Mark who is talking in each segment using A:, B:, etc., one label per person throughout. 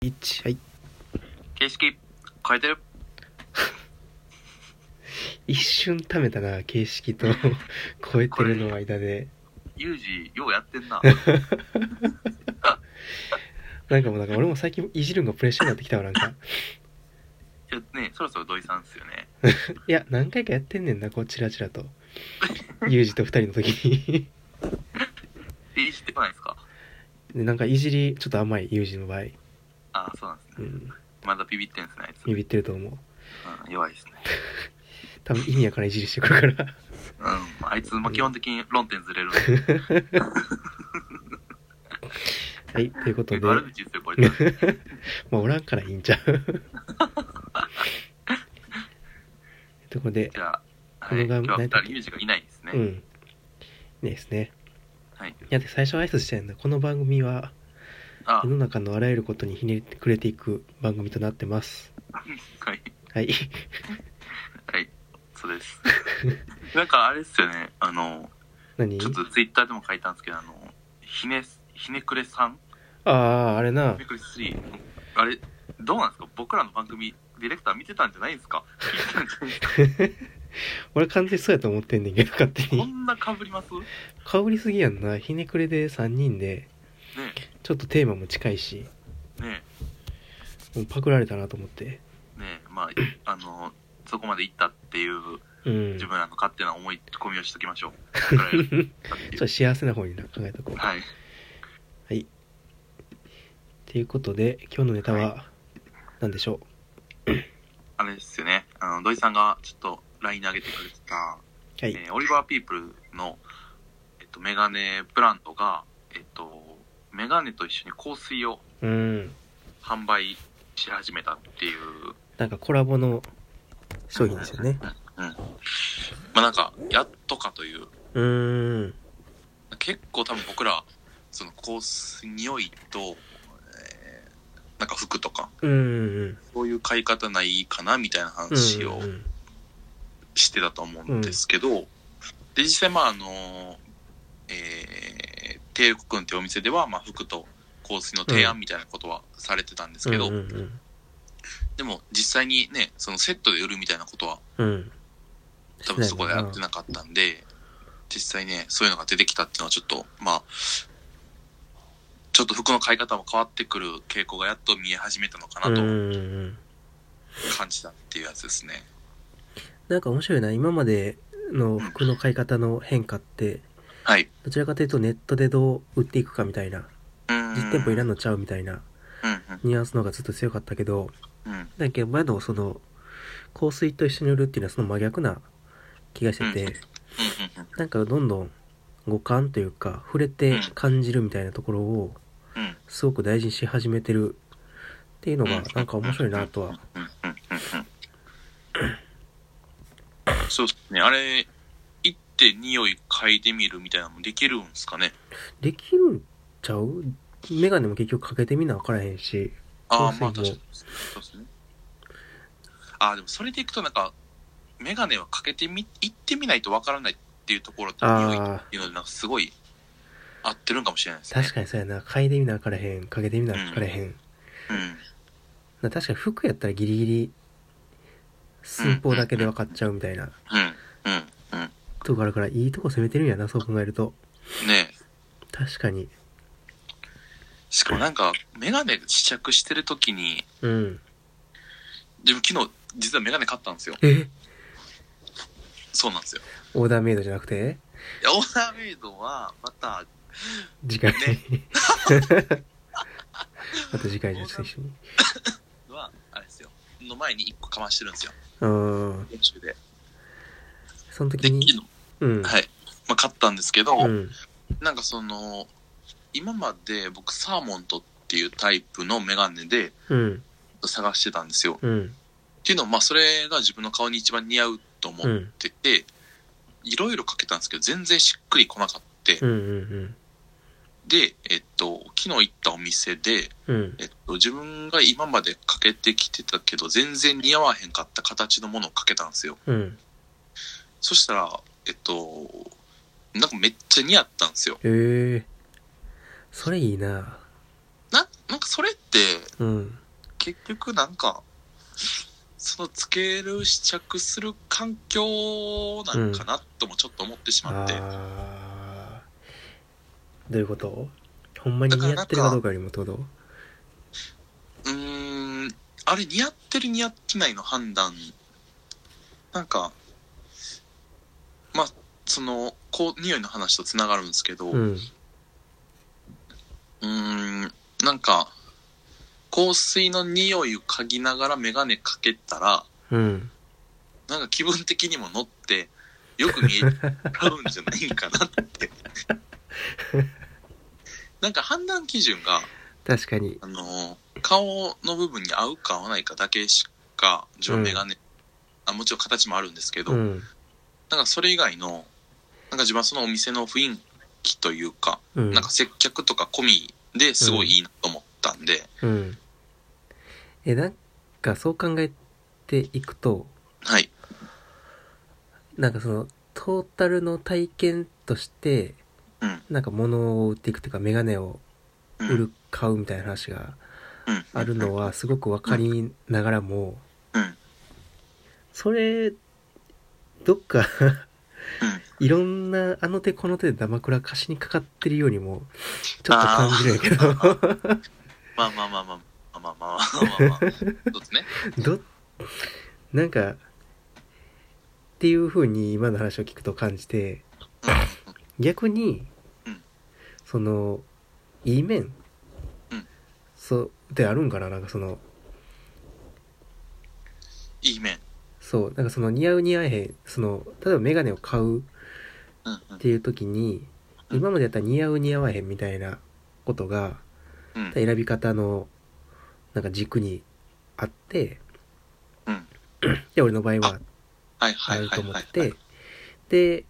A: 1はい
B: 形式変えてる
A: 一瞬ためたな形式 と超えてるの間で
B: ユージようやってんな
A: なんかもうなんか俺も最近いじるんがプレッシャーになってきたわなんか
B: いやねそろそろ土井さんっすよね
A: いや何回かやってんねんなこうチラチラ とユージと二人の時に
B: いじってこないですか
A: でなんかいじりちょっと甘いユージの場合
B: ああそうなんです
A: う
B: ね
A: ん
B: まだビビってんすねあいつ、
A: ビビってると思う
B: うん、弱いですね
A: 多分意味やからいじりしてくるから
B: うんあいつも基本的に論点ずれるんで
A: はいということで
B: 悪口ですよこれ
A: まあおらんからいい んちゃうところで
B: じゃあ、はい、
A: この画
B: 今
A: 面何
B: 日は二
A: だっけ
B: 人ユージがいないですね、
A: うんねですね
B: はい
A: いやで最初挨拶したよねこの番組は
B: あ
A: 世の中のあらゆることにひねってくれていく番組となってます。
B: はい
A: はい。
B: はいそうです なんかあれっすよねあの
A: 何
B: ちょっとツイッターでも書いたんですけどあのひねひねくれさん
A: ああ、あれな
B: ひね。くれ3あれどうなんですか僕らの番組ディレクター見てたんじゃないんで すか聞いてたんじゃないですか
A: 俺完全にそうやと思ってんねんけ ど、勝手
B: こ
A: に。
B: んな被りますね
A: かぶりすぎやんな。ひねくれで3人で、ちょっとテーマも近いし、
B: えね
A: もうパクられたなと思って。
B: えねえまああのそこまで行ったっていう
A: うん。
B: 自分らの勝手な思い込みをしときましょう だからやったって
A: ちょ
B: い
A: っと
B: う
A: 幸せな方にな考えとこう。
B: はい
A: ということで、今日のネタは、何でしょう。
B: あれですよねあの土井さんがちょっと LINE で上げてくれてた、
A: はい。
B: えーオリバー・ピープルの、えっと、メガネブランドがえっとメガネと一緒に香水を
A: うん。
B: 販売し始めたっていう
A: なんかコラボの商品ですよね。
B: まあなんかやっとかという
A: うーん。
B: 結構多分僕らその香水匂いと、えーなんか服とか
A: うんうん
B: そういう買い方ないかなみたいな
A: うん。
B: 話を
A: うん
B: してたと思うんですけど、で実際まああのえー、帝国君っていうお店では、まあ、服と香水の提案みたいなことはされてたんですけど、
A: うんうん
B: でも実際にねそのセットで売るみたいなことは
A: うん。うん。
B: 多分そこでやってなかったんで、実際ね、そういうのが出てきたっていうのはちょっと、まあ、ちょっと服の買い方も変わってくる傾向がやっと見え始めたのか
A: う
B: なん
A: う
B: と
A: んうん。
B: 感じたっていうやつですね。
A: なんか面白いな。今までの服の買い方の変化って、
B: はい。
A: どちらかというとネットでどう売っていくかみたいな、実店舗いらん
B: の
A: のちゃうみたいな
B: うん
A: ニュアンスの方がずっと強かったけど、
B: うんうん。
A: だけど前のその、香水と一緒に売るっていうのはその真逆な気がして
B: うん
A: て、
B: うん
A: なんかどんどん五感というか、触れて感じるみたいなところを
B: うんうん
A: すごく大事にし始めてるっていうのがなんか面白いなとは。
B: うんうんうんうんそうですね。あれ、行って匂い嗅いでみるみたいなのもできるんですかね。
A: できるんちゃうメガネも結局かけてみな分からへんし。
B: ああ、
A: 香水
B: ま
A: も
B: あ確かに。そうですね。ああ、でもそれでいくとなんか、メガネはかけてみ、行ってみないとわからないっていうところって匂いっ
A: ああ。
B: ていうので、なんかすごい合ってるんかもしれないですね。
A: 確かにそうやな嗅いでみなあかれへんかけてみなあかれへん、
B: かに。うん。
A: な確かに服やったらギリギリ寸法だけで分かっちゃうみたいな
B: うん。うん。う
A: とこあるからいいとこ攻めてるんやなそう考えると
B: ん。ねえ。
A: 確かに
B: しかもなんか、メガネ試着してるときに、
A: うん
B: 自分昨日、実はメガネ買ったんですよ。
A: え
B: そうなんですよ。
A: オーダーメイドじゃなくて
B: いやオーダーメイドは、また、
A: 次回 また次回じゃあ一緒に
B: は、あれですよ。の前に一個かましてるんですよ。
A: うん
B: 練習で。
A: その
B: で、
A: 時
B: 昨
A: に
B: 日、
A: うん、
B: はい。まあ、買ったんですけど、
A: うん
B: なんかその、今まで僕サーモントっていうタイプのメガネで
A: うん
B: 探してたんですよ。っ
A: うん
B: ていうのも、まあそれが自分の顔に一番似合うと思
A: うんう
B: っ
A: ん
B: てて、いろいろかけたんですけど、全然しっくりこなかった。
A: うんうん
B: で、えっと、昨日行ったお店で、
A: うん
B: えっと、自分が今までかけてきてたけど、全然似合わへんかった形のものをかけたんですよ。
A: うん
B: そしたら、えっと、なんかめっちゃ似合ったんですよ。
A: ええー、それいいな
B: な、なんなんかそれって、
A: うん
B: 結局なんか、そのつける試着する環境なんかなともちょっと思ってしまって、
A: あーどういうことほんまに似合ってるかどうかよりもってこと
B: うーん、あれ似合ってる似合ってないの判断、なんか、まあ、その、こう、匂いの話とつながるんですけど、
A: うん
B: うーん、なんか、香水の匂いを嗅ぎながらメガネかけたら、
A: うん
B: なんか気分的にも乗って、よく見えらうんじゃないんか なって。なんか判断基準が、
A: 確かに
B: あの、顔の部分に合うか合わないかだけしか、自分メガネ、あ、もちろん形もあるんですけど、
A: うん
B: なんかそれ以外の、なんか自分はそのお店の雰囲気というか、
A: うん
B: なんか接客とか込みですごいいいなと思ったんで、
A: うんえなんかそう考えていくと
B: はい。
A: なんかそのトータルの体験として、
B: うん
A: なんか物を売っていくというかメガネを
B: うん
A: 売る買うみたいな話が
B: うん
A: あるのはすごく分かりながらも、
B: うん
A: それどっかいろんなあの手この手でダマクラ貸しにかかってるようにもちょっと感じるんやけど
B: まあまあまあまあまあまあまあまあまあ、そうですね。
A: どなんかっていう風に今の話を聞くと感じて逆に、
B: うん
A: そのいい面、
B: うん
A: そうってあるんかななんかその
B: いい面。
A: そうなんかその似合う似合えへんその例えば眼鏡を買う
B: うんう
A: っ
B: ん
A: ていう時に
B: うん
A: 今までやったら似合う似合わへんみたいなことが
B: うん
A: 選び方のなんか軸にあって、
B: うん
A: で俺の場合は
B: はいは
A: あ
B: い
A: る
B: は
A: と
B: い
A: 思
B: は
A: っ
B: い
A: て。てで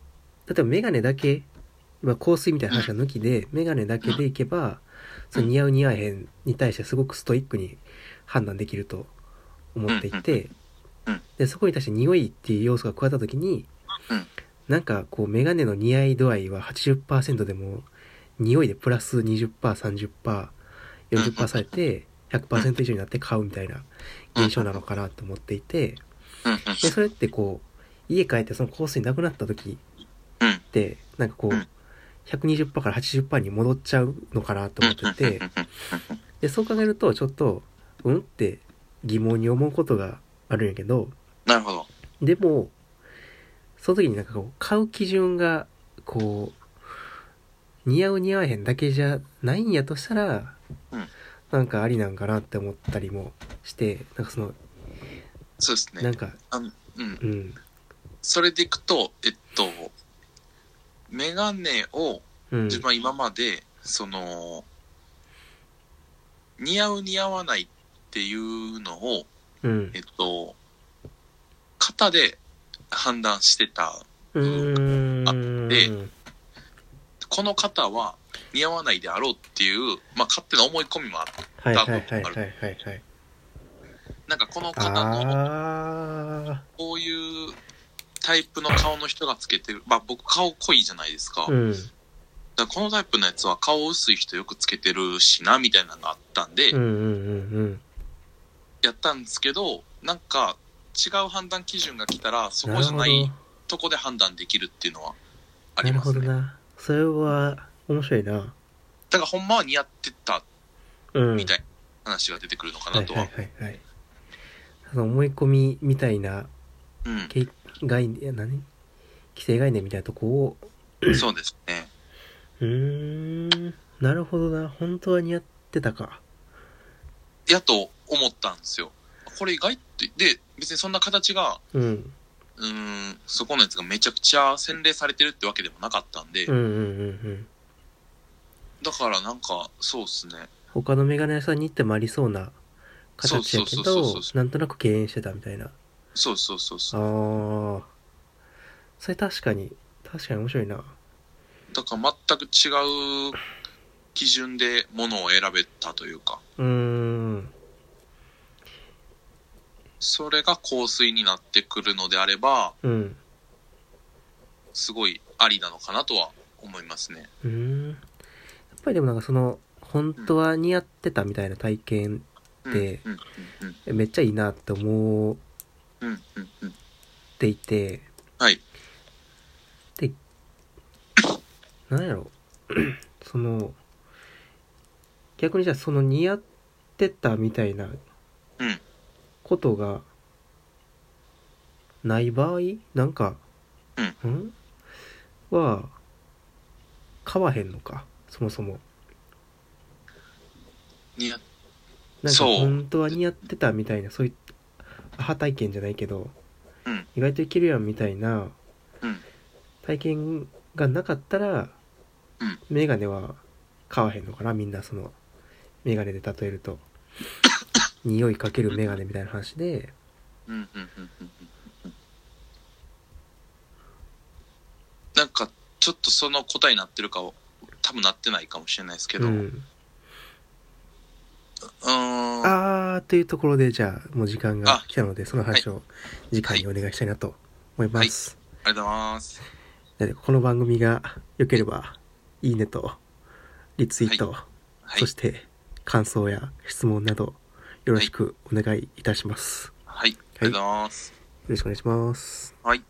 A: 例えば眼鏡だけ、まあ、香水みたいな話は抜きで眼鏡だけでいけばその似合う似合えへんに対してすごくストイックに判断できると思っていて
B: うんうん
A: でそこに対して匂いっていう要素が加わった時に
B: うん
A: なんかこう眼鏡の似合い度合いは80%でも匂いでプラス 20%30%40% されて100%以上になって買うみたいな現象なのかなと思っていて。
B: うんうん
A: でそれってこう家帰ってその香水なくなった時
B: うん
A: ってなんかこう
B: うん
A: 120%から80%に戻っちゃうのかなと思っててでそう考えるとちょっとうんって疑問に思うことがあるんやけど
B: なるほど。
A: でもその時になんかこう買う基準がこう似合う似合わへんだけじゃないんやとしたら、
B: うん
A: なんかありなんかなって思ったりもしてなんかその
B: そうです
A: な
B: ね
A: ん。か
B: うん。
A: うん
B: それでいくと、えっと、メガネを、
A: うん
B: 自分は今まで、その、似合う似合わないっていうのを、
A: うん
B: えっと、型で判断してた。
A: うーん
B: でこの型は似合わないであろうっていう、まあ勝手な思い込みもある。
A: はいはいはいはいはいはい。
B: なんかこの型の
A: あ
B: こういうタイプの顔の人がつけてる。まあ僕顔濃いじゃないですか。
A: あ。うん。
B: だからこのタイプのやつは顔薄い人よくつけてるしな、みたいなのがあったんで
A: うんう、ん
B: やったんですけど、なんか違う判断基準が来たら、そ
A: うんうん。
B: こじゃな
A: る
B: い
A: ほ
B: とこで判断できるっていうのはあ
A: どな
B: り
A: る
B: ま
A: ほ
B: す
A: ど
B: ね。だ
A: な。それは面白いな。
B: からほんまは似合ってた
A: うん。
B: みたいな話が出てくるのか
A: は
B: ないと
A: は
B: は。
A: いはいはい。その思い込みみたいなけ概念、いや何規制概念みたいなとこを、
B: うん、そうですね。
A: うーん。なるほどな。本当は似合ってたか。
B: やと思ったんですよ。これ意外って、で、別にそんな形が、
A: うん。
B: うーん、そこのやつがめちゃくちゃ洗礼されてるってわけでもなかったんで、
A: うんうんうんうん。
B: だからなんか、そうっすね。
A: 他のメガネ屋さんに行ってもありそうな形やけ
B: そうそうそう
A: ど
B: そう、そ
A: なんとなく敬遠してたみたいな。
B: そうそうそうそう。
A: ああ。それ確かに、確かに面白いな。
B: だから全く違う基準で物を選べたというか、
A: うーん。
B: それが香水になってくるのであれば、
A: うん。
B: すごいありなのかなとは思いますね。
A: うーん。やっぱりでもなんかその、本当は似合ってたみたいな体験で
B: うんうん
A: めっちゃいいなって思っ
B: うんうんうんうん
A: ていて
B: はい
A: でなんやろ その逆にじゃあその似合ってたみたいな
B: うん
A: ことがない場合なんか、んは買わへんのかそもそも
B: 似合っ
A: なんか
B: そう
A: 本当は似合ってたみたいなそういうアハ体験じゃないけど、
B: うん
A: 意外といけるやんみたいな
B: うん
A: 体験がなかったら、
B: うん
A: メガネは買わへんのかなみんなそのメガネで例える と匂いかけるメガネみたいな話で
B: うんうんうんうんうんうんなんかちょっとその答えになってるかを多分なってないかもしれないですけど、
A: う
B: うん、
A: ん、
B: ーん
A: あーというところでじゃあもう時間が来たのでその話を次回にお願いしたいなと思います、
B: ありがとうございます。
A: なのでこの番組が良ければいいねとリツイート、
B: はい
A: そし。て感想や質問などよろしくお願いいたします。よ
B: はい。ありがとうございます。
A: ろしくお願いします。
B: はい。